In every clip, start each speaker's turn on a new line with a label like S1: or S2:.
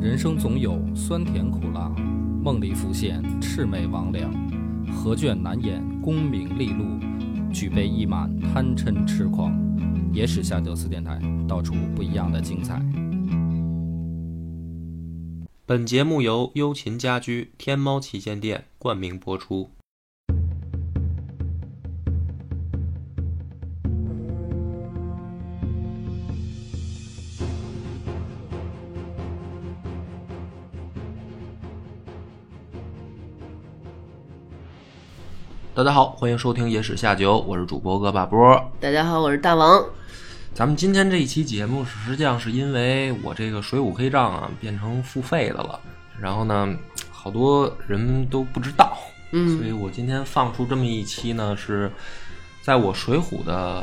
S1: 人生总有酸甜苦辣，梦里浮现魑魅魍魉，何卷难掩功名利禄，举杯一满贪嗔痴狂。野史下酒四电台，道出不一样的精彩。
S2: 本节目由优琴家居天猫旗舰店冠名播出。大家好，欢迎收听《野史下酒》，我是主播恶霸波。
S3: 大家好，我是大王。
S2: 咱们今天这一期节目，实际上是因为我这个《水浒黑账》啊变成付费的了，然后呢，好多人都不知道，所
S3: 嗯
S2: 以我今天放出这么一期呢，是在我《水浒》的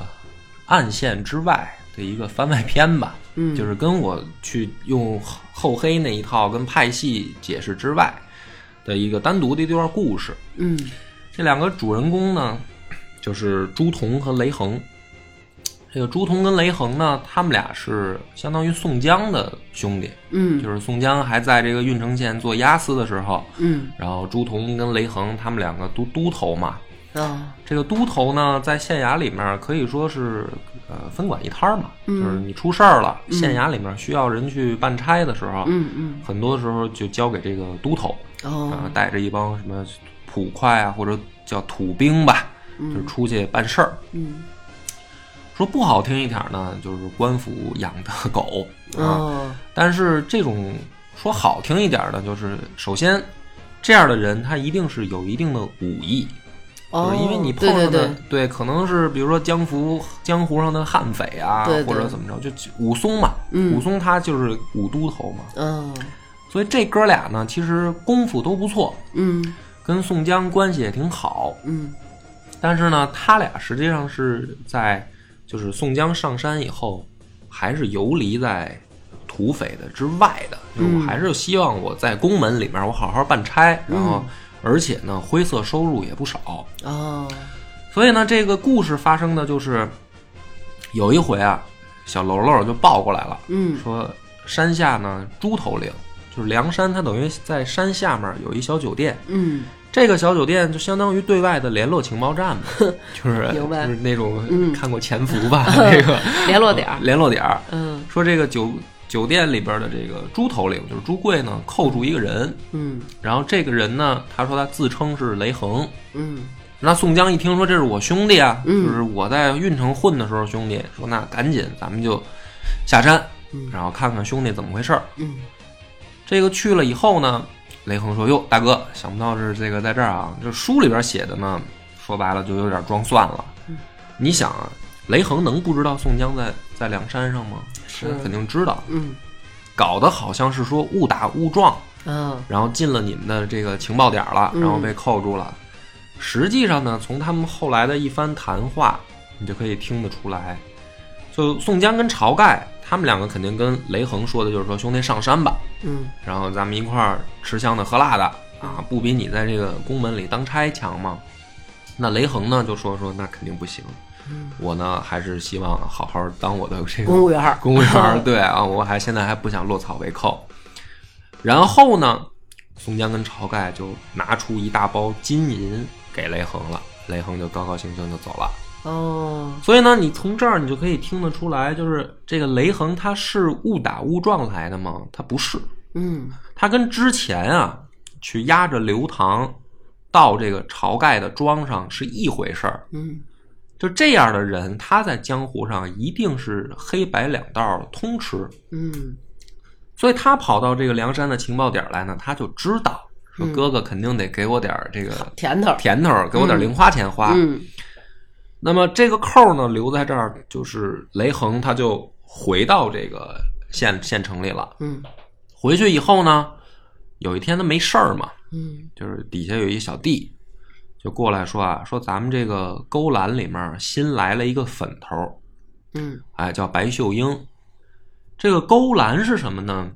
S2: 暗线之外的一个番外篇吧，
S3: 嗯，
S2: 就是跟我去用厚黑那一套跟派系解释之外的一个单独的一段故事。
S3: 嗯
S2: 这两个主人公呢，就是朱仝和雷横。这个朱仝跟雷横呢，他们俩是相当于宋江的兄弟，
S3: 嗯
S2: 就是宋江还在这个郓城县做押司的时候，
S3: 嗯
S2: 然后朱仝跟雷横他们两个都都头嘛。
S3: 啊
S2: 这个都头呢，在县衙里面可以说是呃分管一摊儿嘛，
S3: 嗯
S2: 就是你出事儿了，县衙里面需要人去办差的时候，
S3: 嗯嗯
S2: 很多时候就交给这个都头。啊、
S3: 哦
S2: 带着一帮什么捕快啊，或者叫土兵吧，就是出去办事儿。
S3: 嗯
S2: 说不好听一点儿呢，就是官府养的 狗啊。
S3: 哦
S2: 但是这种说好听一点儿的，就是首先这样的人他一定是有一定的武艺，就
S3: 哦，
S2: 是因为你碰
S3: 对
S2: 上的
S3: 对对
S2: 可能是比如说江湖江湖上的悍匪啊，
S3: 对对
S2: 或者怎么着，就武松嘛，
S3: 嗯
S2: 武松他就是武都头嘛，
S3: 嗯
S2: 所以这哥俩呢，其实功夫都不错，
S3: 嗯
S2: 跟宋江关系也挺好。
S3: 嗯
S2: 但是呢，他俩实际上是在就是宋江上山以后，还是游离在土匪的之外的。就是我还是希望我在宫门里面，我好好办差，然后而且呢，灰色收入也不少。
S3: 哦
S2: 所以呢，这个故事发生的就是有一回啊，小喽啰就抱过来了，
S3: 嗯
S2: 说山下呢猪头岭，就是梁山，它等于在山下面有一小酒店，
S3: 嗯
S2: 这个小酒店就相当于对外的联络情报站 嘛，就是
S3: 明白
S2: 就是那种
S3: 嗯
S2: 看过《潜伏》吧，那 个
S3: 联络点儿
S2: 联络点儿。
S3: 嗯
S2: 说这个酒酒店里边的这个猪头领，就是朱贵呢，扣住一个人，
S3: 嗯
S2: 然后这个人呢，他说他自称是雷横。
S3: 嗯
S2: 那宋江一听说这是我兄弟啊，
S3: 嗯
S2: 就是我在运城混的时候兄弟，说那赶紧咱们就下山，
S3: 嗯
S2: 然后看看兄弟怎么回事儿。
S3: 嗯
S2: 这个去了以后呢，雷横说：“哟，大哥，想不到是这个在这儿啊，这书里边写的呢，说白了就有点装蒜了。
S3: 嗯
S2: 你想啊，雷横能不知道宋江在在梁山上吗？
S3: 是
S2: 他肯定知道，
S3: 嗯
S2: 搞得好像是说误打误撞，
S3: 啊
S2: 然后进了你们的这个情报点了，
S3: 嗯
S2: 然后被扣住了。实际上呢，从他们后来的一番谈话，你就可以听得出来，就宋江跟晁盖他们两个肯定跟雷横说的就是说，兄弟上山吧。”
S3: 嗯
S2: 然后咱们一块儿吃香的喝辣的啊，不比你在这个宫门里当差强吗？那雷横呢就说说那肯定不行，我呢还是希望好好当我的这
S3: 嗯公
S2: 个
S3: 务员儿
S2: 公务员儿，对啊，我还现在还不想落草为寇。然后呢，宋江跟晁盖就拿出一大包金银给雷横了，雷横就高高兴兴就走了。
S3: 哦
S2: 所以呢，你从这儿你就可以听得出来，就是这个雷横他是误打误撞来的吗？他不是，
S3: 嗯
S2: 他跟之前啊去押着刘唐到这个晁盖的庄上是一回事儿。
S3: 嗯
S2: 就这样的人，他在江湖上一定是黑白两道通吃，
S3: 嗯
S2: 所以他跑到这个梁山的情报点来呢，他就知道说
S3: 嗯
S2: 哥哥肯定得给我点儿这个
S3: 甜头儿
S2: 甜头儿，给我点儿零花钱花。
S3: 嗯
S2: 那么这个扣呢留在这儿，就是雷横他就回到这个县县城里了。
S3: 嗯
S2: 回去以后呢，有一天他没事儿嘛，
S3: 嗯
S2: 就是底下有一小弟，就过来说啊，说咱们这个勾栏里面新来了一个粉头儿，
S3: 嗯
S2: 哎，叫白秀英。这个勾栏是什么呢？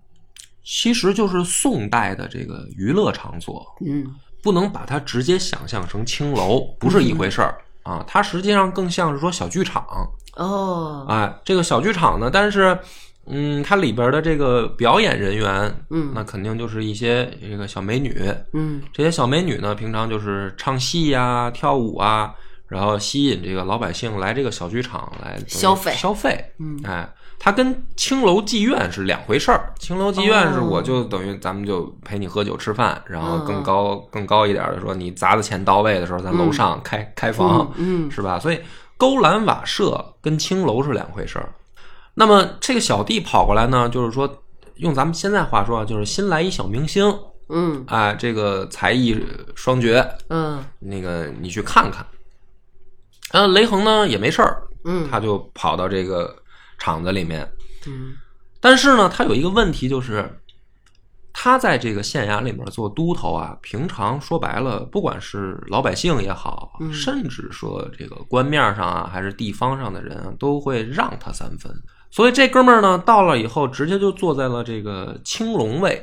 S2: 其实就是宋代的这个娱乐场所，
S3: 嗯
S2: 不能把它直接想象成青楼，不是一回事儿啊。它实际上更像是说小剧场，
S3: 哦
S2: 哎，这个小剧场呢，但是嗯，它里边的这个表演人员，
S3: 嗯
S2: 那肯定就是一些这个小美女。
S3: 嗯
S2: 这些小美女呢，平常就是唱戏呀、跳舞啊，然后吸引这个老百姓来这个小剧场来
S3: 消费
S2: 消费。
S3: 嗯
S2: 哎，它跟青楼妓院是两回事儿。青楼妓院是
S3: 哦
S2: 我就等于咱们就陪你喝酒吃饭，然后
S3: 嗯
S2: 更高更高一点的说，你砸的钱到位的时候，咱楼上开、开房，
S3: 嗯嗯
S2: 是吧？所以勾栏瓦舍跟青楼是两回事儿。那么这个小弟跑过来呢，就是说，用咱们现在话说啊，就是新来一小明星，
S3: 嗯
S2: 啊，这个才艺双绝，
S3: 嗯
S2: 那个你去看看。呃，雷恒呢也没事儿，
S3: 嗯
S2: 他就跑到这个厂子里面。
S3: 嗯
S2: 但是呢，他有一个问题就是，他在这个县衙里面做都头啊，平常说白了，不管是老百姓也好，
S3: 嗯
S2: 甚至说这个官面上啊，还是地方上的人啊，都会让他三分。所以这哥们儿呢，到了以后，直接就坐在了这个青龙位，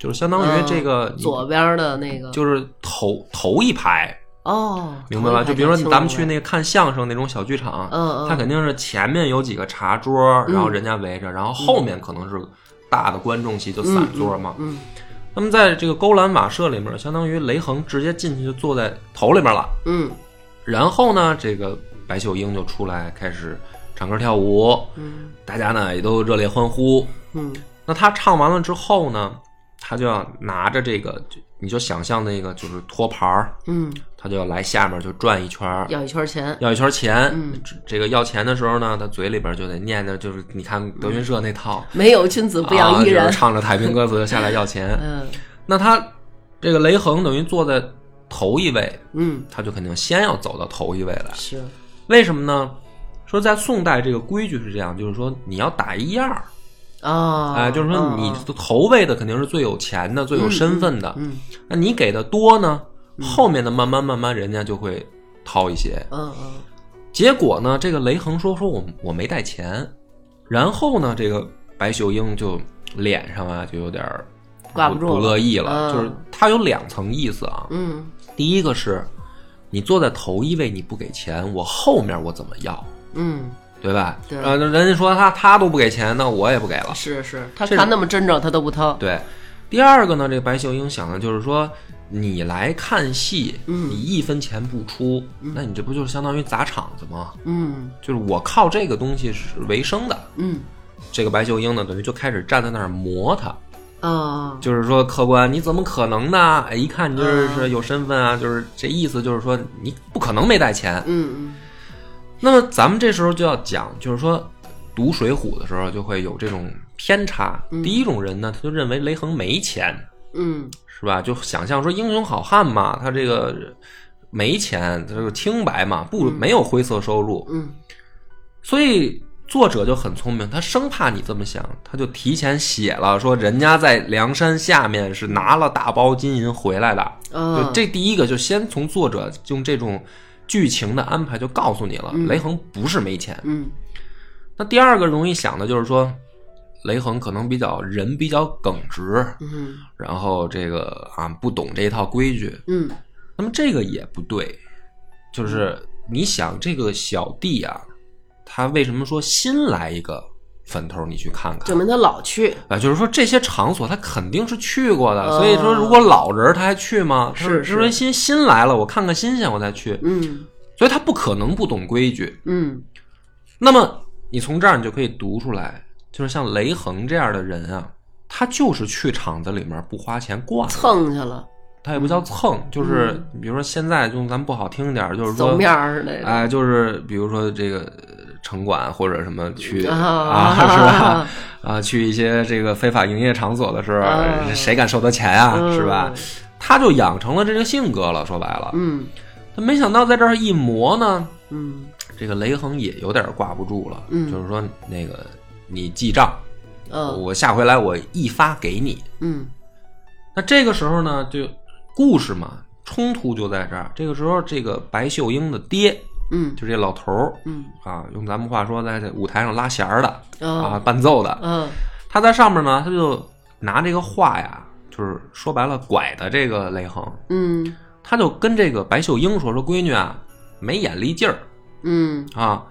S2: 就是相当于这个
S3: 嗯
S2: 你
S3: 左边的那个
S2: 就是头头一排，
S3: 哦，
S2: 明白吧？就比如说咱们去那
S3: 个，
S2: 个看相声那种小剧场，
S3: 嗯嗯，
S2: 它肯定是前面有几个茶桌，
S3: 嗯
S2: 然后人家围着，然后后面可能是大的观众席，就散座嘛。
S3: 嗯
S2: 那么在这个勾栏瓦舍里面，相当于雷横直接进去就坐在头里面了。
S3: 嗯
S2: 然后呢，这个白秀英就出来开始唱歌跳舞，
S3: 嗯
S2: 大家呢也都热烈欢呼。
S3: 嗯
S2: 那他唱完了之后呢，他就要拿着这个，就你就想象那个就是托盘儿，
S3: 嗯，
S2: 他就要来下面就转一圈儿，
S3: 要一圈钱，
S2: 要一圈儿钱。
S3: 嗯
S2: 这这个要钱的时候呢，他嘴里边就得念的，就是你看德云社那套，
S3: 没有君子不
S2: 啊
S3: 养艺
S2: 就
S3: 人
S2: 是，唱着太平歌词就下来要钱。
S3: 嗯
S2: 那他这个雷横等于坐在头一位，
S3: 嗯
S2: 他就肯定先要走到头一位来。
S3: 是，
S2: 为什么呢？说在宋代这个规矩是这样，就是说你要打一样儿，
S3: 哦，
S2: 哎、就是说你头位的肯定是最有钱的、最有身份的，
S3: 嗯
S2: 那你给的多呢，后面的慢慢慢慢人家就会掏一些。
S3: 嗯嗯
S2: 结果呢，这个雷恒说说我我没带钱，然后呢，这个白秀英就脸上啊就有点儿
S3: 挂不住了
S2: 不乐意了，
S3: 嗯
S2: 就是他有两层意思啊。
S3: 嗯
S2: 第一个是，你坐在头一位你不给钱，我后面我怎么要，
S3: 嗯
S2: 对吧？
S3: 对
S2: 呃，那人家说他他都不给钱，那我也不给了
S3: 嗯，。是是，他
S2: 这
S3: 看那么真着，他都不掏，
S2: 对，第二个呢，这白秀英想的就是说，你来看戏，
S3: 嗯
S2: 你一分钱不出，那你这不就是相当于砸场子吗？
S3: 嗯
S2: 就是我靠这个东西是为生的。
S3: 嗯
S2: 这个白秀英呢，等于就开始站在那儿磨他，
S3: 啊，
S2: 就是说客官你怎么可能呢？哎，一看你就是
S3: 嗯
S2: 是有身份啊，就是这意思就是说你不可能没带钱。
S3: 嗯
S2: 那么咱们这时候就要讲，就是说读《水浒》的时候就会有这种偏差。第一种人呢，他就认为雷横没钱，
S3: 嗯
S2: 是吧？就想象说英雄好汉嘛，他这个没钱，他这个清白嘛，不没有灰色收入，
S3: 嗯
S2: 所以作者就很聪明，他生怕你这么想，他就提前写了，说人家在梁山下面是拿了大包金银回来的。
S3: 嗯啊
S2: 就，这第一个，就先从作者用这种剧情的安排就告诉你了，雷横不是没钱。
S3: 嗯
S2: 那第二个容易想的就是说，雷横可能比较人比较耿直，
S3: 嗯
S2: 然后这个啊不懂这一套规矩，
S3: 嗯
S2: 那么这个也不对，就是你想这个小弟啊，他为什么说新来一个坟头，你去看看
S3: 证？明他老去，
S2: 啊，就是说这些场所他肯定是去过的，
S3: 哦
S2: 所以说如果老人儿他还去吗？他
S3: 是
S2: 是因为
S3: 是
S2: 新新来了，我看看新鲜我再去，
S3: 嗯
S2: 所以他不可能不懂规矩。
S3: 嗯
S2: 那么你从这儿你就可以读出来，就是像雷恒这样的人啊，他就是去场子里面不花钱惯了，
S3: 蹭去了，
S2: 他也不叫蹭，就是比如说现在用咱们不好听一点儿，就是说
S3: 嗯走面儿那个，
S2: 哎，就是比如说这个呃城管或者什么去
S3: 啊
S2: 啊，是吧？啊，去一些这个非法营业场所的时
S3: 啊
S2: 候，谁敢收他钱啊？
S3: 嗯
S2: 是吧？他就养成了这个性格了。说白了，
S3: 嗯
S2: 他没想到在这儿一磨呢，
S3: 嗯
S2: 这个雷恒也有点挂不住了。
S3: 嗯
S2: 就是说那个你记账，
S3: 嗯
S2: 我下回来我一发给你。
S3: 嗯
S2: 那这个时候呢，就故事嘛，冲突就在这儿。这个时候，这个白秀英的爹
S3: 嗯
S2: 就这老头儿，
S3: 嗯
S2: 啊，用咱们话说，在这舞台上拉弦儿的啊，
S3: 啊
S2: 伴奏的。
S3: 嗯
S2: 他在上面呢，他就拿这个话呀，就是说白了拐的这个雷横，
S3: 嗯
S2: 他就跟这个白秀英说：“说闺女啊，没眼力劲儿
S3: 嗯
S2: 啊，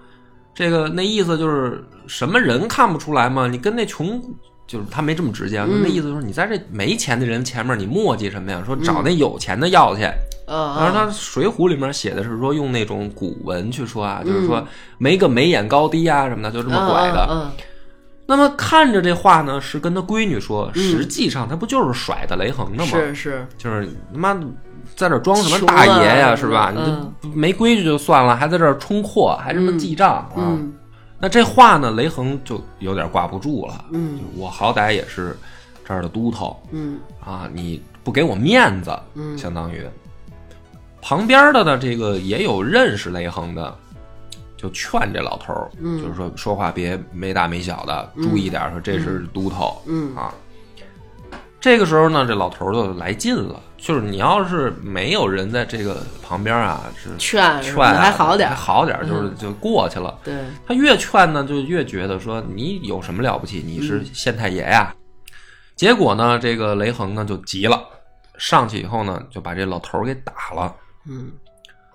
S2: 这个那意思就是什么人看不出来吗？你跟那穷，就是他没这么直接，啊跟那
S3: 嗯
S2: 意思就是你在这没钱的人前面你磨叽什么呀？说找那有钱的要去。
S3: 呃，
S2: 当然，他《水浒》里面写的是说用那种古文去说啊，就是说没个眉眼高低啊什么的，就这么拐的。
S3: 嗯，
S2: 那么看着这话呢，是跟他闺女说，
S3: 嗯
S2: 实际上他不就是甩的雷横的
S3: 嗯
S2: 吗？
S3: 是是，
S2: 就是他妈在这装什么大爷呀、是
S3: 穷
S2: 吧
S3: 啊？
S2: 你这没规矩就算了，还在这儿冲货，还什么记账啊？
S3: 嗯
S2: 那这话呢，雷横就有点挂不住了。
S3: 嗯
S2: 我好歹也是这儿的都头
S3: 嗯
S2: 啊，你不给我面子，
S3: 嗯
S2: 相当于旁边的呢，这个也有认识雷横的，就劝这老头儿，
S3: 嗯
S2: 就是说说话别没大没小的，注意点儿，说这是都头，
S3: 嗯
S2: 啊。这个时候呢，这老头儿就来劲了，就是你要是没有人在这个旁边啊，是
S3: 劝是
S2: 劝
S3: 吧
S2: 啊
S3: 还好点
S2: 还
S3: 儿，
S2: 好点儿，就是
S3: 嗯
S2: 就过去了。
S3: 对，
S2: 他越劝呢，就越觉得说你有什么了不起，你是县太爷呀。结果呢，这个雷横呢就急了，上去以后呢，就把这老头儿给打了。
S3: 嗯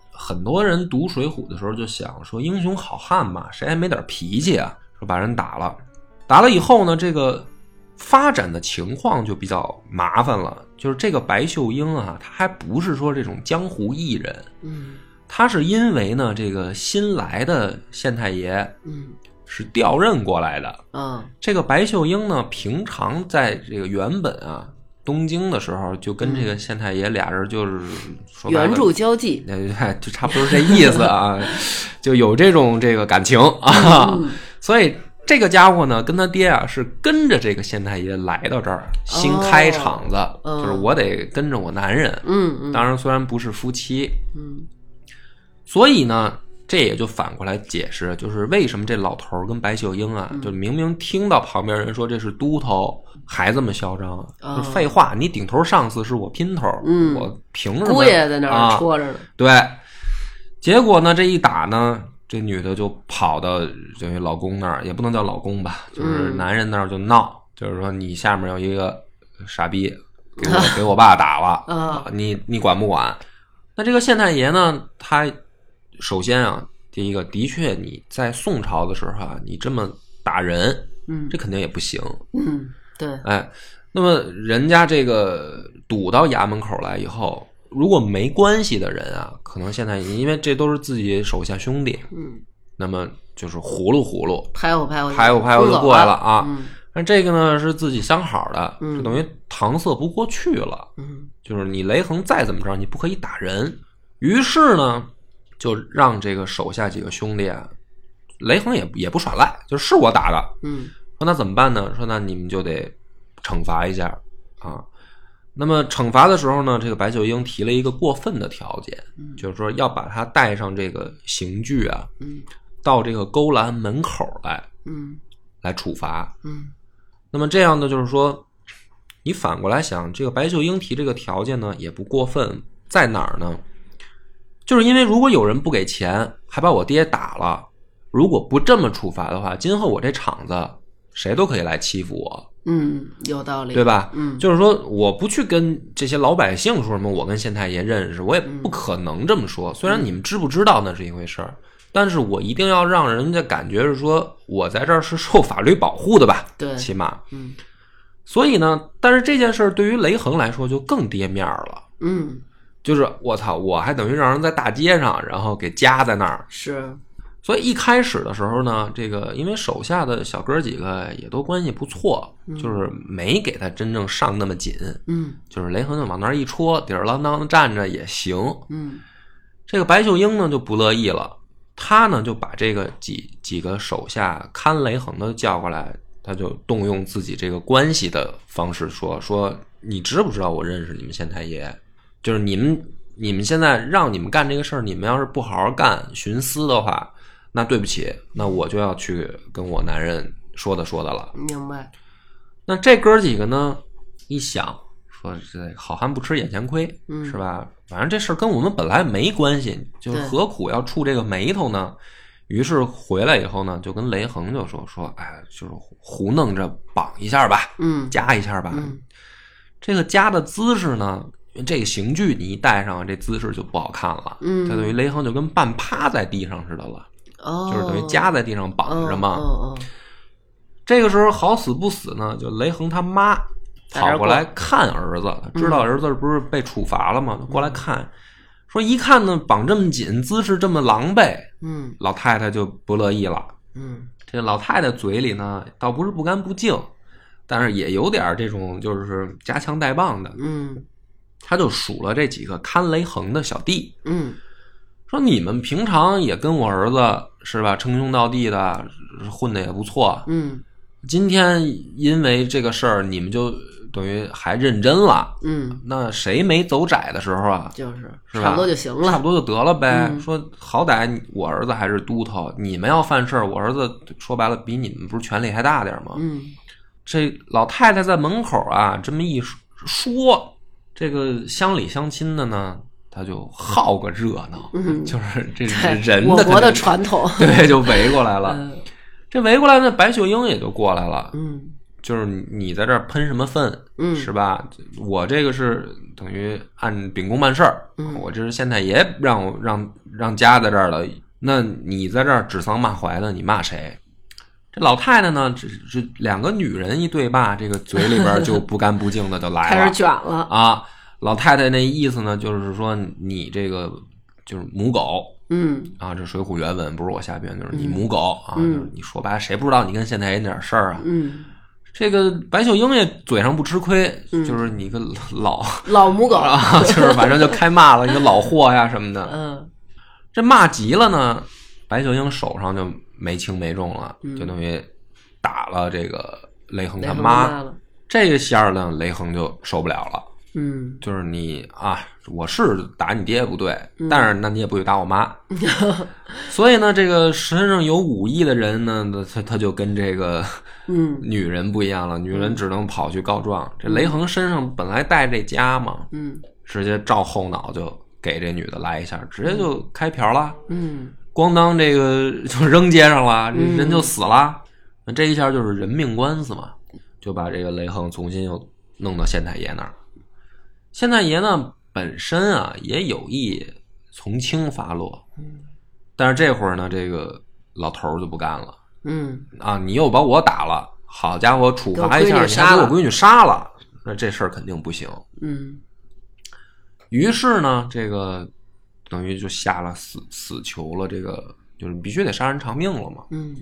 S2: 很多人读《水浒》的时候就想说，英雄好汉嘛，谁还没点脾气啊？说把人打了，打了以后呢，这个发展的情况就比较麻烦了。就是这个白秀英啊，她还不是说这种江湖艺人，
S3: 嗯
S2: 她是因为呢，这个新来的县太爷
S3: 嗯
S2: 是调任过来的。
S3: 嗯
S2: 这个白秀英呢，平常在这个原本啊东京的时候，就跟
S3: 嗯
S2: 这个县太爷俩人就是说白了
S3: 援助交际，
S2: 那就差不多是这意思 啊，就有这种这个感情啊，
S3: 嗯
S2: 所以这个家伙呢，跟他爹啊是跟着这个县太爷来到这儿，新开厂子，
S3: 嗯
S2: 就是我得跟着我男人，
S3: 嗯
S2: 当然虽然不是夫妻，
S3: 嗯
S2: 所以呢，这也就反过来解释，就是为什么这老头儿跟白秀英啊，
S3: 嗯
S2: 就明明听到旁边人说这是都头，还这么嚣张，
S3: 哦
S2: 就是废话，你顶头上司是我姘头，
S3: 嗯
S2: 我凭什
S3: 嗯，
S2: 么？
S3: 姑爷在那儿
S2: 啊
S3: 戳着呢，
S2: 对，结果呢，这一打呢，这女的就跑到这位老公那儿，也不能叫老公吧，就是
S3: 嗯
S2: 男人那儿就闹，就是说你下面有一个傻逼给我 给我爸打了，
S3: 啊
S2: 你你管不管？那这个县太爷呢，他首先啊，第一个的确你在宋朝的时候啊，你这么打人，
S3: 嗯
S2: 这肯定也不行，
S3: 嗯对，
S2: 哎，那么人家这个堵到衙门口来以后，如果没关系的人啊，可能现在因为这都是自己手下兄弟，
S3: 嗯
S2: 那么就是呼噜呼噜，
S3: 拍我拍我
S2: 拍我拍我就过来了啊。
S3: 嗯
S2: 但这个呢是自己相好的，
S3: 嗯
S2: 就等于搪塞不过去了。
S3: 嗯
S2: 就是你雷横再怎么着，你不可以打人。于是呢，就让这个手下几个兄弟啊，雷横也也不耍赖，就是我打的，
S3: 嗯
S2: 说那怎么办呢？说那你们就得惩罚一下啊。那么惩罚的时候呢，这个白秀英提了一个过分的条件，
S3: 嗯
S2: 就是说要把他带上这个刑具啊，
S3: 嗯
S2: 到这个勾栏门口来
S3: 嗯
S2: 来处罚。
S3: 嗯
S2: 那么这样呢，就是说，你反过来想，这个白秀英提这个条件呢，也不过分，在哪儿呢？就是因为如果有人不给钱，还把我爹打了，如果不这么处罚的话，今后我这厂子谁都可以来欺负我，
S3: 嗯，有道理，
S2: 对？吧？
S3: 嗯
S2: 就是说，我不去跟这些老百姓说什么，我跟县太爷认识，我也不可能这么说。虽然你们知不知道那是一回事儿，但是我一定要让人家感觉是说我在这儿是受法律保护的吧？
S3: 对
S2: 起码，
S3: 嗯
S2: 所以呢，但是这件事儿对于雷横来说就更跌面儿了。
S3: 嗯
S2: 就是我操，我还等于让人在大街上，然后给夹在那儿。
S3: 是
S2: 所以一开始的时候呢，这个因为手下的小哥几个也都关系不错，就是没给他真正上那么紧。
S3: 嗯
S2: 就是雷横就往那儿一戳，底儿啷当的站着也行。
S3: 嗯
S2: 这个白秀英呢就不乐意了，她呢就把这个几几个手下看雷横的叫过来，她就动用自己这个关系的方式说说，你知不知道我认识你们县太爷？就是你们你们现在让你们干这个事儿，你们要是不好好干徇私的话，那对不起，那我就要去跟我男人说的说的了。
S3: 明白，
S2: 那这哥几个呢，一想说这好汉不吃眼前亏，
S3: 嗯
S2: 是吧？反正这事儿跟我们本来没关系，就是
S3: 对
S2: 何苦要触这个眉头呢？于是回来以后呢，就跟雷横就说说，哎，就是胡弄着绑一下吧，
S3: 嗯
S2: 夹一下吧。
S3: 嗯
S2: 这个夹的姿势呢，这个刑具你一戴上，这姿势就不好看了。
S3: 嗯
S2: 它等于雷横就跟半趴在地上似的了，
S3: 哦，
S2: 就是等于夹在地上绑着嘛。
S3: 嗯嗯嗯
S2: 这个时候好死不死呢，就雷横他妈跑过来看儿子，知道儿子不是被处罚了吗？过来看，说一看呢绑这么紧，姿势这么狼狈，
S3: 嗯
S2: 老太太就不乐意了。
S3: 嗯
S2: 这老太太嘴里呢，倒不是不干不净，但是也有点儿这种就是夹枪带棒的。
S3: 嗯
S2: 她就数了这几个看雷横的小弟，
S3: 嗯
S2: 说你们平常也跟我儿子是吧，称兄道弟的，混的也不错。
S3: 嗯
S2: 今天因为这个事儿，你们就等于还认真了。
S3: 嗯，
S2: 那谁没走窄的时候啊？
S3: 就是
S2: 是吧
S3: 差不多就行
S2: 差
S3: 了
S2: 不。多就得了呗。
S3: 嗯
S2: 说好歹我儿子还是都头，你们要犯事儿，我儿子说白了比你们不是权力还大点儿吗？
S3: 嗯
S2: 这老太太在门口啊，这么一说，这个乡里乡亲的呢，他就好个热闹，
S3: 嗯，
S2: 就是这
S3: 对
S2: 人
S3: 我
S2: 的
S3: 国的
S2: 肯定
S3: 传统。
S2: 对，就围过来了。
S3: 嗯
S2: 这围过来，那白秀英也就过来了，
S3: 嗯
S2: 就是你在这儿喷什么粪，
S3: 嗯
S2: 是吧？我这个是等于按秉公办事儿，
S3: 嗯
S2: 我这是县太爷让我让让家在这儿了，那你在这儿指桑骂槐的，你骂谁？这老太太呢，只这两个女人一对骂，这个嘴里边就不干不净的就来
S3: 开
S2: 了
S3: 始卷了。
S2: 啊。老太太那意思呢，就是说你这个就是母狗，
S3: 嗯
S2: 啊，这《水浒》原文不是我瞎编，就是你母狗啊，
S3: 嗯
S2: 就是你说白了，谁不知道你跟县太爷那点事儿啊？
S3: 嗯，
S2: 这个白秀英也嘴上不吃亏，
S3: 嗯
S2: 就是你个老
S3: 老母狗。
S2: 啊， 就是反正就开骂了，你个老货呀什么的。
S3: 嗯
S2: 这骂急了呢，白秀英手上就没轻没重了，
S3: 嗯
S2: 就等于打了这个雷横
S3: 雷
S2: 他
S3: 横
S2: 妈。
S3: 了。
S2: 这个下儿呢，雷横就受不了了，
S3: 嗯
S2: 就是你啊，我是打你爹不对，
S3: 嗯
S2: 但是那你也不许打我 妈。所以呢，这个身上有武艺的人呢，那他他就跟这个
S3: 嗯
S2: 女人不一样了，女人只能跑去告状。这雷横身上本来带这家嘛，
S3: 嗯
S2: 直接照后脑就给这女的来一下，直接就开瓢了，
S3: 嗯
S2: 咣当这个 就扔街上了，
S3: 嗯
S2: 人就死了。那这一下就是人命官司嘛，就把这个雷横重新又弄到县太爷那儿。县太爷呢本身啊也有意从轻发落，
S3: 嗯
S2: 但是这会儿呢，这个老头儿就不干了
S3: 嗯
S2: 啊！你又把我打了，好家伙，处罚一
S3: 给我
S2: 下，你
S3: 闺女杀
S2: 还给
S3: 了
S2: 我闺女杀了，那这事儿肯定不行。
S3: 嗯
S2: 于是呢，这个等于就下了死死囚了，这个就是必须得杀人偿命了嘛。
S3: 嗯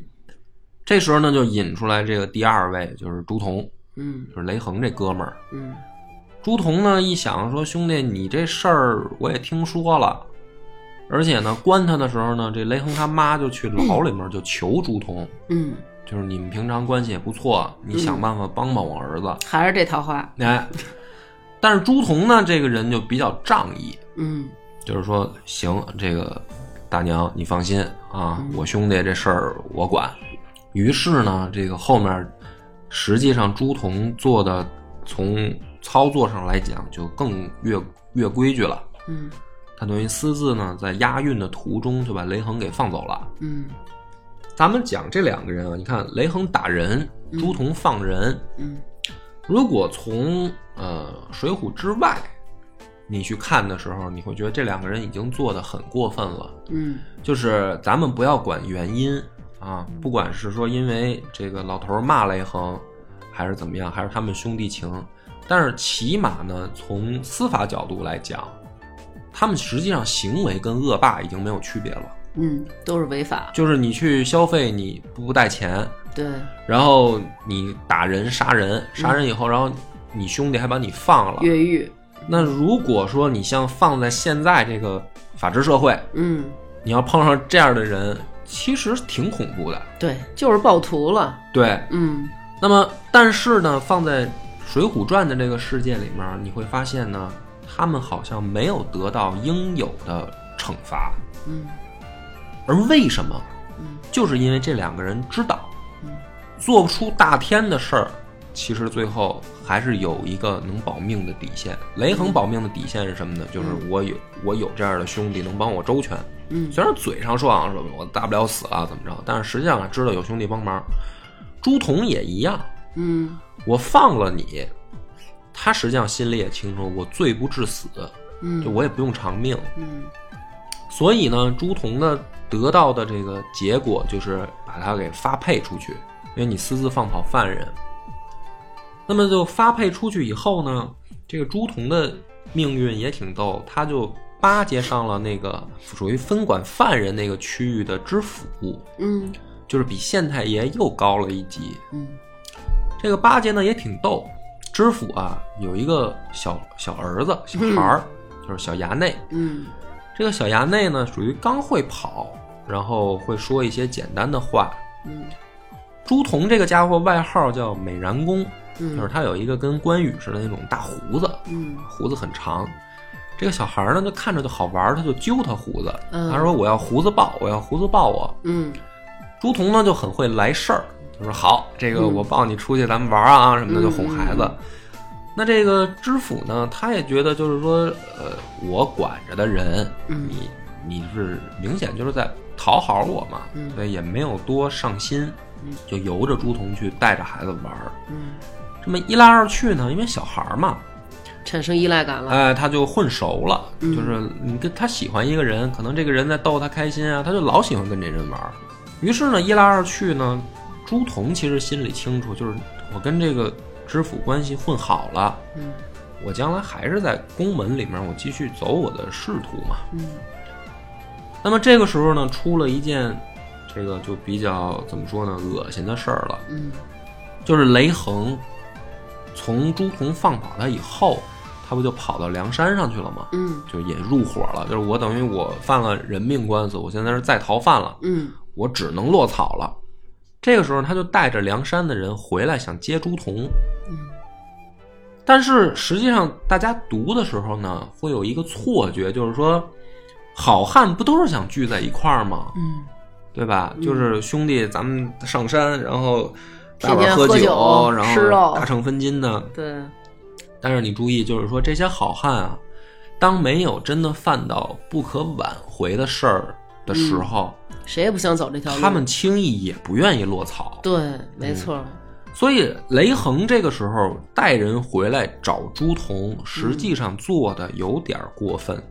S2: 这时候呢，就引出来这个第二位，就是朱仝，
S3: 嗯
S2: 就是雷横这哥们儿。
S3: 嗯
S2: 朱仝呢一想说，兄弟，你这事儿我也听说了，而且呢，关他的时候呢，这雷横他妈就去牢里面就求朱仝，
S3: 嗯，
S2: 就是你们平常关系也不错，你想办法帮帮我儿子。
S3: 还是这套话。
S2: 哎，但是朱仝呢这个人就比较仗义，
S3: 嗯
S2: 就是说行，这个大娘你放心啊，我兄弟这事儿我管。于是呢，这个后面实际上朱仝做的从操作上来讲就更越越规矩了。
S3: 嗯
S2: 他等于私自呢，在押运的途中就把雷横给放走了。
S3: 嗯
S2: 咱们讲这两个人啊，你看雷横打人，朱仝放人。
S3: 嗯
S2: 如果从呃《水浒》之外，你去看的时候，你会觉得这两个人已经做的很过分了。
S3: 嗯
S2: 就是咱们不要管原因啊，不管是说因为这个老头儿骂雷横，还是怎么样，还是他们兄弟情，但是起码呢，从司法角度来讲，他们实际上行为跟恶霸已经没有区别了。
S3: 嗯，都是违法。
S2: 就是你去消费，你不带钱，
S3: 对，
S2: 然后你打人、杀人，杀人以后，然后你兄弟还把你放了。
S3: 越狱。
S2: 那如果说你像放在现在这个法治社会，
S3: 嗯，
S2: 你要碰上这样的人，其实挺恐怖的。
S3: 对，就是暴徒了。
S2: 对，
S3: 嗯
S2: 那么但是呢，放在《水浒传》的这个世界里面，你会发现呢，他们好像没有得到应有的惩罚，
S3: 嗯
S2: 而为什么？
S3: 嗯
S2: 就是因为这两个人知道
S3: 嗯，
S2: 做不出大天的事儿，其实最后还是有一个能保命的底线。雷
S3: 嗯
S2: 横保命的底线是什么呢？就是我有我有这样的兄弟能帮我周全。
S3: 嗯
S2: 虽然嘴上说啊说我大不了死了怎么着，但是实际上啊知道有兄弟帮忙。朱仝也一样，
S3: 嗯
S2: 我放了你，他实际上心里也清楚，我罪不至死，
S3: 嗯，
S2: 就我也不用偿命。
S3: 嗯
S2: 所以呢，朱仝的得到的这个结果就是把他给发配出去，因为你私自放跑犯人。那么就发配出去以后呢，这个朱仝的命运也挺逗，他就巴结上了那个属于分管犯人那个区域的知府，
S3: 嗯
S2: 就是比县太爷又高了一级。
S3: 嗯
S2: 这个巴结呢也挺逗，知府啊有一个小小儿子小孩儿，就是小衙内。
S3: 嗯
S2: 这个小衙内呢属于刚会跑，然后会说一些简单的话。
S3: 嗯
S2: 朱仝这个家伙外号叫美髯公，就是
S3: 嗯
S2: 他有一个跟关羽似的那种大胡子，
S3: 嗯
S2: 胡子很长。这个小孩儿呢，就看着就好玩儿，他就揪他胡子，
S3: 嗯
S2: 他说：“我要胡子抱，我要胡子抱我。
S3: 嗯”
S2: 朱仝呢就很会来事儿，就说：“好，这个
S3: 嗯
S2: 我抱你出去，咱们玩儿啊什么的，
S3: 嗯
S2: 就哄孩子。那这个知府呢，他也觉得就是说，呃，我管着的人，
S3: 嗯
S2: 你你是明显就是在讨好我嘛，
S3: 嗯
S2: 所以也没有多上心
S3: 嗯，
S2: 就由着朱仝去带着孩子玩儿。
S3: 嗯，
S2: 这么一来二去呢，因为小孩儿嘛，
S3: 产生依赖感了。
S2: 哎，他就混熟了，
S3: 嗯
S2: 就是你跟他喜欢一个人，可能这个人在逗他开心啊，他就老喜欢跟这人玩儿。于是呢，一来二去呢，朱仝其实心里清楚，就是我跟这个知府关系混好了，
S3: 嗯
S2: 我将来还是在宫门里面，我继续走我的仕途嘛。
S3: 嗯
S2: 那么这个时候呢，出了一件这个就比较怎么说呢，恶心的事儿了，
S3: 嗯
S2: 就是雷横从朱仝放跑他以后，他不就跑到梁山上去了吗？
S3: 嗯
S2: 就也入伙了，就是我等于我犯了人命官司，我现在是在逃犯了，
S3: 嗯
S2: 我只能落草了。这个时候，他就带着梁山的人回来，想接朱仝。
S3: 嗯
S2: 但是实际上，大家读的时候呢，会有一个错觉，就是说，好汉不都是想聚在一块儿吗？
S3: 嗯
S2: 对吧？就是兄弟，咱们上山，然后大
S3: 天天
S2: 碗喝
S3: 喝酒
S2: 然
S3: 吃
S2: 后
S3: 肉
S2: 大秤分斤的。
S3: 对，
S2: 但是你注意，就是说这些好汉啊，当没有真的犯到不可挽回的事儿的时候，
S3: 谁也不想走这条路。
S2: 他们轻易也不愿意落草。
S3: 对，没错。
S2: 所以雷横这个时候带人回来找朱仝，实际上做的有点儿过分。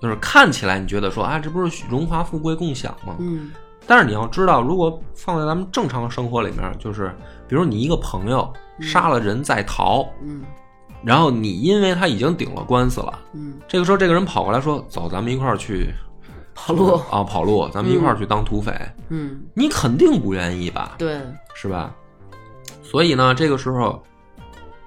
S2: 就是看起来你觉得说啊，这不是荣华富贵共享吗？
S3: 嗯
S2: 但是你要知道，如果放在咱们正常生活里面，就是比如你一个朋友杀了人在逃，
S3: 嗯
S2: 然后你因为他已经顶了官司了，
S3: 嗯，
S2: 这个时候，这个人跑过来说：“走，咱们一块儿去
S3: 跑路。
S2: 啊，跑路，咱们一块儿去当土匪。
S3: 嗯，
S2: 你肯定不愿意吧？
S3: 对，
S2: 是吧？所以呢，这个时候，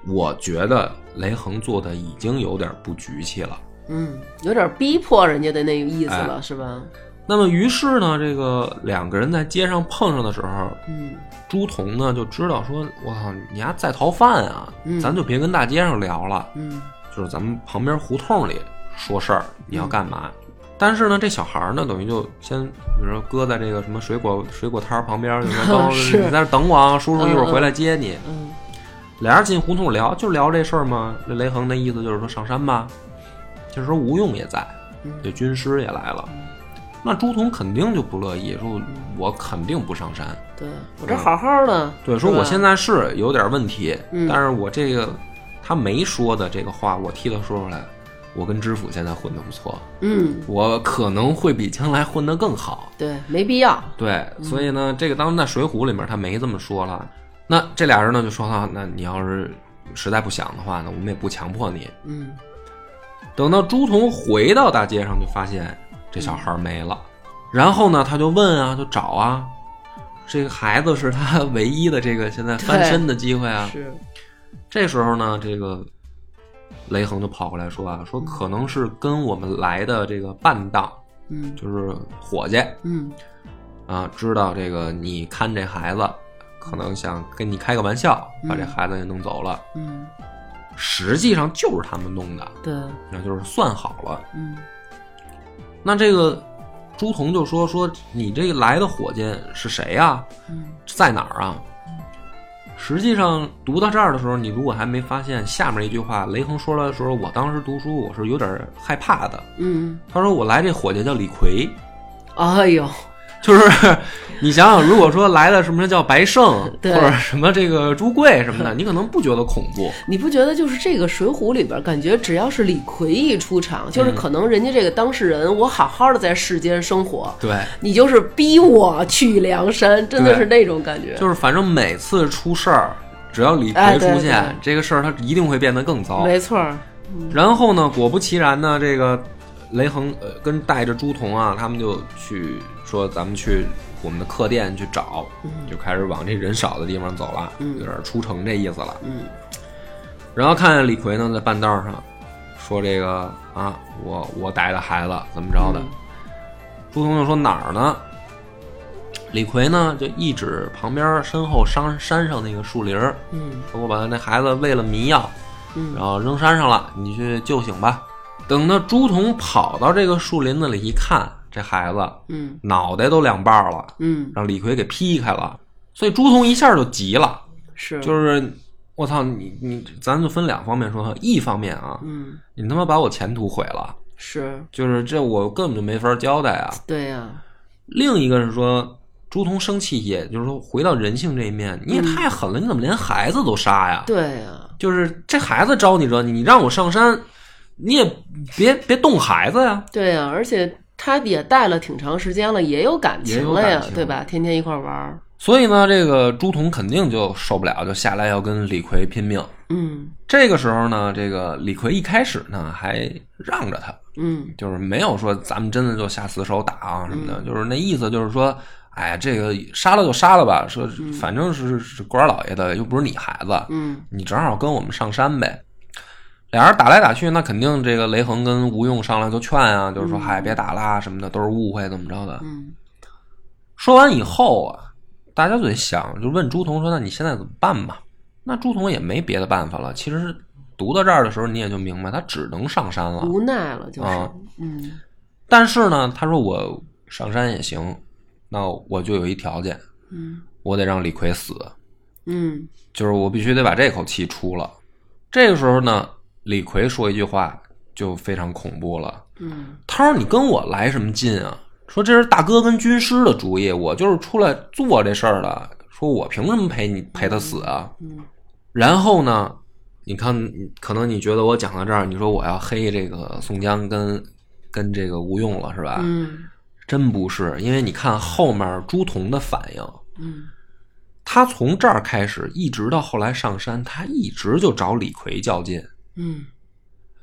S2: 我觉得雷横做的已经有点不局气了。
S3: 嗯，有点逼迫人家的那个意思了，
S2: 哎
S3: 是吧？
S2: 那么，于是呢，这个两个人在街上碰上的时候，
S3: 嗯
S2: 朱仝呢就知道说：“我操，你丫在逃犯啊！
S3: 嗯
S2: 咱就别跟大街上聊了，
S3: 嗯
S2: 就是咱们旁边胡同里说事儿，你
S3: 嗯
S2: 要干嘛？但是呢，这小孩儿呢，等于就先比如说搁在这个什么水果水果摊儿旁边儿，就说 等
S3: 是
S2: 你在这儿等我啊，叔叔一会儿
S3: 嗯嗯
S2: 回来接你。
S3: 嗯
S2: 俩人进胡同聊，就聊这事儿嘛。这雷横的意思就是说上山吧。这时候吴用也在，这
S3: 嗯
S2: 军师也来了。那朱仝肯定就不乐意，说
S3: 嗯
S2: 我肯定不上山。
S3: 对我这嗯好好的，
S2: 对，说
S3: 是吧
S2: 我现在是有点问题，
S3: 嗯
S2: 但是我这个他没说的这个话，我替他说出来。我跟知府现在混得不错，
S3: 嗯，
S2: 我可能会比将来混得更好。
S3: 对，没必要。
S2: 对，所以呢，这个当时在《水浒》里面他没这么说了。那这俩人呢就说啊，那你要是实在不想的话呢，我们也不强迫你。
S3: 嗯
S2: 等到朱仝回到大街上，就发现这小孩没了。
S3: 嗯
S2: 然后呢，他就问啊，就找啊，这个孩子是他唯一的这个现在翻身的机会啊。
S3: 是，
S2: 这时候呢，这个雷横就跑过来说啊，说可能是跟我们来的这个伴当，
S3: 嗯
S2: 就是伙计
S3: 嗯
S2: 啊，知道这个你看这孩子，可能想跟你开个玩笑，把这孩子给弄走了。
S3: 嗯，
S2: 实际上就是他们弄的，
S3: 对，
S2: 那就是算好了。
S3: 嗯
S2: 那这个朱仝就说说你这个来的伙计是谁啊呀、
S3: 嗯
S2: 在哪儿啊？实际上读到这儿的时候，你如果还没发现下面一句话，雷横说了的时候，我当时读书我是有点害怕的。
S3: 嗯，
S2: 他说我来这伙计叫李逵，
S3: 哎呦，
S2: 就是你想想，如果说来的什么叫白胜，或
S3: 对
S2: 者什么这个朱贵什么 的，你可能不觉得恐怖。
S3: 你不觉得就是这个《水浒》里边，感觉只要是李逵一出场，就是
S2: 嗯
S3: 可能人家这个当事人，我好好的在世间生活，
S2: 对，
S3: 你就是逼我去梁山，真的是那种感觉。
S2: 就是反正每次出事儿，只要李逵
S3: 哎对
S2: 出现，
S3: 对
S2: 这个事儿它一定会变得更糟。
S3: 没错儿，
S2: 然后呢，果不其然呢，这个雷横呃跟带着朱仝啊，他们就去说咱们去我们的客店去找，就开始往这人少的地方走了，有点出城这意思了。
S3: 嗯，
S2: 然后看见李逵呢在半道上说这个啊，我我带的孩子怎么着的，朱仝就说哪儿呢？李逵呢就一指旁边身后山山上那个树林儿，
S3: 嗯
S2: 说我把那孩子喂了迷药，
S3: 嗯
S2: 然后扔山上了，你去救醒吧。等到朱仝跑到这个树林子里一看，这孩子
S3: 嗯
S2: 脑袋都两半儿了，
S3: 嗯，
S2: 让李逵给劈开了。所以朱仝一下就急了，
S3: 是，
S2: 就是我操你你，咱就分两方面说，一方面啊，
S3: 嗯
S2: 你他妈把我前途毁了，
S3: 是，
S2: 就是这我根本就没法交代啊。
S3: 对呀、
S2: 另一个是说。朱仝生气也，就是说回到人性这一面，你也
S3: 嗯
S2: 太狠了，你怎么连孩子都杀呀？
S3: 对呀、
S2: 就是这孩子招你惹你，你让我上山，你也别别动孩子呀。
S3: 对呀、而且他也带了挺长时间了，也有感情了
S2: 也有
S3: 呀
S2: 感，情
S3: 对吧？天天一块儿玩儿，
S2: 所以呢，这个朱仝肯定就受不了，就下来要跟李逵拼命。
S3: 嗯
S2: 这个时候呢，这个李逵一开始呢还让着他，
S3: 嗯
S2: 就是没有说咱们真的就下死手打啊什么的，就是那意思就是说，哎呀，这个杀了就杀了吧，说反正是是官老爷的，又不是你孩子，
S3: 嗯
S2: 你正好跟我们上山呗。俩人打来打去，那肯定这个雷横跟吴用上来就劝啊，就是说，嗨，别打啦，什么的，都是误会，怎么着的。
S3: 嗯
S2: 说完以后啊，大家就得想，就问朱仝说，那你现在怎么办嘛？那朱仝也没别的办法了。其实读到这儿的时候，你也就明白，他只能上山了。
S3: 无奈了，就是，
S2: 啊
S3: 嗯
S2: 但是呢，他说我上山也行，那我就有一条件，
S3: 嗯
S2: 我得让李逵死。
S3: 嗯
S2: 就是我必须得把这口气出了。这个时候呢，李逵说一句话就非常恐怖了。
S3: 嗯
S2: 他说：“你跟我来什么劲啊？说这是大哥跟军师的主意，我就是出来做这事儿的。说我凭什么陪你陪他死啊？”
S3: 嗯
S2: 然后呢，你看，可能你觉得我讲到这儿，你说我要黑这个宋江跟跟这个吴用了是吧？
S3: 嗯
S2: 真不是，因为你看后面朱仝的反应，
S3: 嗯，
S2: 他从这儿开始，一直到后来上山，他一直就找李逵较劲。
S3: 嗯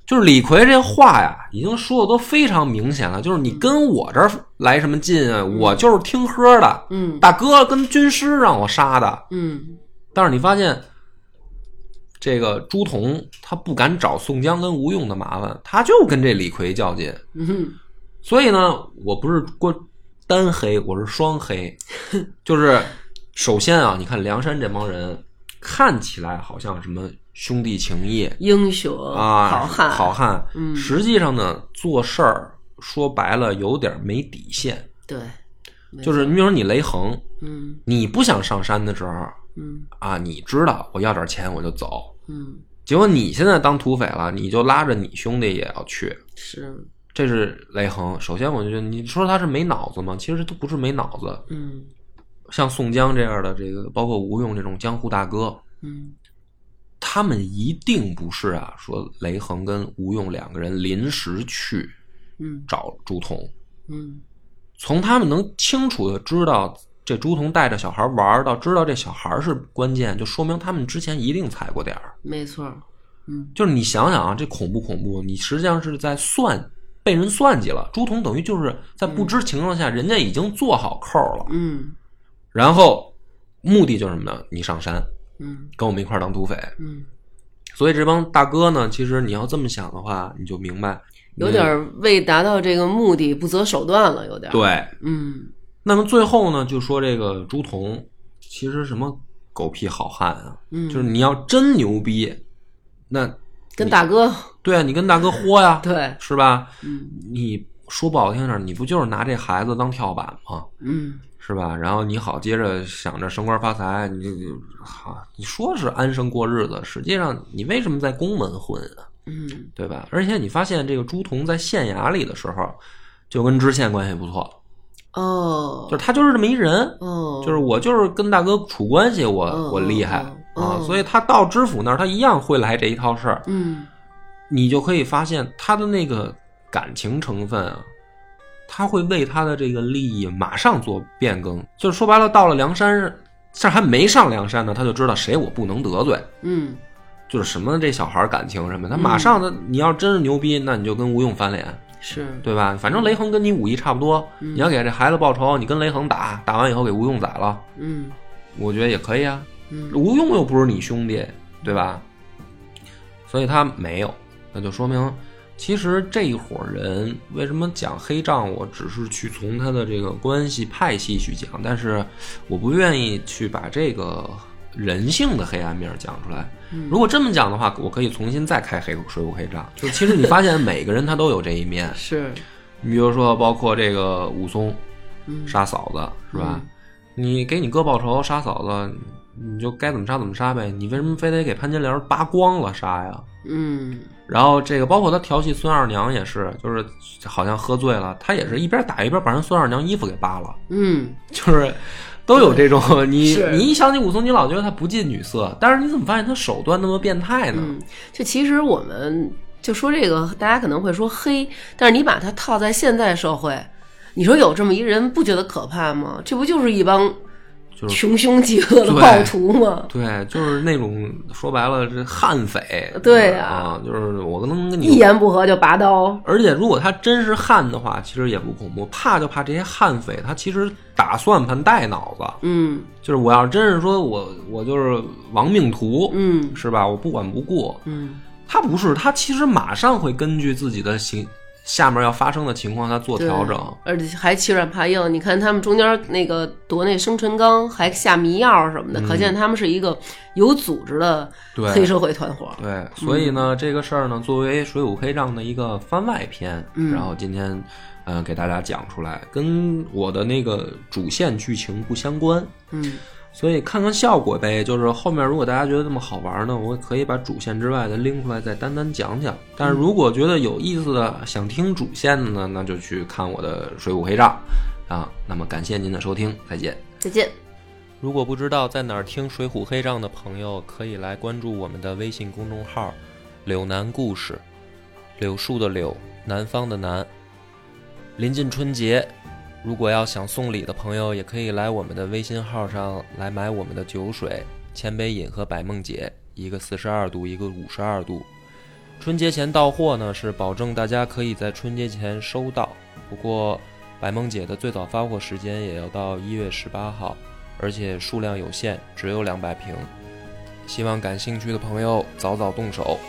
S2: 就是李逵这话呀，已经说的都非常明显了。就是你跟我这儿来什么劲啊？我就是听喝的，
S3: 嗯
S2: 大哥跟军师让我杀的。
S3: 嗯，
S2: 但是你发现，这个朱仝他不敢找宋江跟吴用的麻烦，他就跟这李逵较劲。
S3: 嗯
S2: 所以呢，我不是光单黑，我是双 黑，就是首先啊，你看梁山这帮人看起来好像什么兄弟情谊
S3: 英雄
S2: 啊，
S3: 呃好汉，
S2: 好汉，
S3: 嗯
S2: 实际上呢，做事儿说白了有点没底线，
S3: 对，没
S2: 就是你比如说你雷横，
S3: 嗯
S2: 你不想上山的时候
S3: 嗯
S2: 啊，你知道我要点钱我就走，
S3: 嗯，
S2: 结果你现在当土匪了，你就拉着你兄弟也要去，
S3: 是，
S2: 这是雷横。首先，我就觉得你说他是没脑子吗？其实他不是没脑子。
S3: 嗯
S2: 像宋江这样的，这个包括吴用这种江湖大哥，
S3: 嗯
S2: 他们一定不是啊，说雷横跟吴用两个人临时去
S3: 嗯
S2: 找朱仝，
S3: 嗯
S2: 从他们能清楚的知道这朱仝带着小孩玩儿，到知道这小孩是关键，就说明他们之前一定踩过点儿。
S3: 没错儿，嗯
S2: 就是你想想啊，这恐不恐怖？你实际上是在算被人算计了。朱仝等于就是在不知情况下，人家已经做好扣了，
S3: 嗯
S2: 然后目的就是什么呢？你上山
S3: 嗯
S2: 跟我们一块儿当土匪。
S3: 嗯，
S2: 所以这帮大哥呢，其实你要这么想的话，你就明白
S3: 有点儿为达到这个目的不择手段了，有点儿，
S2: 对。
S3: 嗯
S2: 那么最后呢，就说这个朱仝其实什么狗屁好汉啊，
S3: 嗯，
S2: 就是你要真牛逼，那
S3: 跟大哥
S2: 对啊，你跟大哥豁呀、
S3: 对，
S2: 是吧？
S3: 嗯
S2: 你说不好听点儿，你不就是拿这孩子当跳板吗？
S3: 嗯
S2: 是吧？然后你好接着想着升官发财，你这个哈，你说是安生过日子，实际上你为什么在宫门混啊？
S3: 嗯
S2: 对吧？而且你发现这个朱仝在县衙里的时候，就跟知县关系不错，
S3: 哦，
S2: 就是他就是这么一人，
S3: 哦，
S2: 就是我就是跟大哥处关系，我、
S3: 嗯
S2: 我厉害
S3: 嗯嗯
S2: 啊，
S3: 嗯
S2: 所以他到知府那儿，他一样会来这一套事儿，
S3: 嗯
S2: 你就可以发现他的那个感情成分啊，他会为他的这个利益马上做变更，就是说白了，到了梁山，这还没上梁山呢，他就知道谁我不能得罪。
S3: 嗯
S2: 就是什么这小孩感情什么，他马上的你要真是牛逼，那你就跟吴用翻脸，
S3: 是
S2: 对吧？反正雷横跟你武艺差不多，你要给这孩子报仇，你跟雷横打，打完以后给吴用宰了，
S3: 嗯
S2: 我觉得也可以啊。
S3: 嗯
S2: 吴用又不是你兄弟，对吧？所以他没有，那就说明，其实这一伙人为什么讲黑账，我只是去从他的这个关系派系去讲，但是我不愿意去把这个人性的黑暗面讲出来。如果这么讲的话，我可以重新再开黑水浒黑账。就其实你发现每个人他都有这一面，
S3: 是
S2: 你比如说包括这个武松
S3: 嗯
S2: 杀嫂子是吧？你给你哥报仇杀嫂子，你就该怎么杀怎么杀呗，你为什么非得给潘金莲扒光了杀呀？
S3: 嗯
S2: 然后这个包括他调戏孙二娘也是，就是好像喝醉了，他也是一边打一边把人孙二娘衣服给扒了，
S3: 嗯
S2: 就是都有这种你
S3: 是
S2: 你一想起武松，你老觉得他不近女色，但是你怎么发现他手段那么变态呢？
S3: 嗯，就其实我们就说这个，大家可能会说黑，但是你把它套在现在社会，你说有这么一人，不觉得可怕吗？这不就是一帮
S2: 就是
S3: 穷凶极恶的
S2: 对
S3: 暴徒吗？
S2: 对，就是那种说白了是悍匪，
S3: 对呀
S2: 啊，就是我能跟你
S3: 一言不合就拔刀，
S2: 而且如果他真是汉的话，其实也不恐怖。怕就怕这些悍匪，他其实打算盘带脑子。
S3: 嗯
S2: 就是我要真是说我我就是亡命徒，
S3: 嗯
S2: 是吧？我不管不顾。
S3: 嗯，
S2: 他不是，他其实马上会根据自己的行下面要发生的情况，他做
S3: 对
S2: 调整。，
S3: 而且还欺软怕硬。你看他们中间那个夺那生辰纲，还下迷药什么的，可见他们是一个有组织的
S2: 嗯对
S3: 黑社会团伙。
S2: 对，所以呢，这个事儿呢，作为《水浒黑账》的一个番外篇，
S3: 嗯
S2: 然后今天，呃，给大家讲出来，跟我的那个主线剧情不相关，
S3: 嗯
S2: 所以看看效果呗。就是后面如果大家觉得这么好玩呢，我可以把主线之外的拎出来再单单讲讲。但是如果觉得有意思的，想听主线的呢，那就去看我的《水浒黑账》啊。那么感谢您的收听，再见。
S3: 再见。
S2: 如果不知道在哪儿听《水浒黑账》的朋友，可以来关注我们的微信公众号“柳南故事”，柳树的柳，南方的南。临近春节，如果要想送礼的朋友，也可以来我们的微信号上来买我们的酒水、千杯饮和百梦姐，一个四十二度，一个五十二度。春节前到货呢，是保证大家可以在春节前收到。不过，百梦姐的最早发货时间也要到一月十八号，而且数量有限，只有两百瓶。希望感兴趣的朋友早早动手。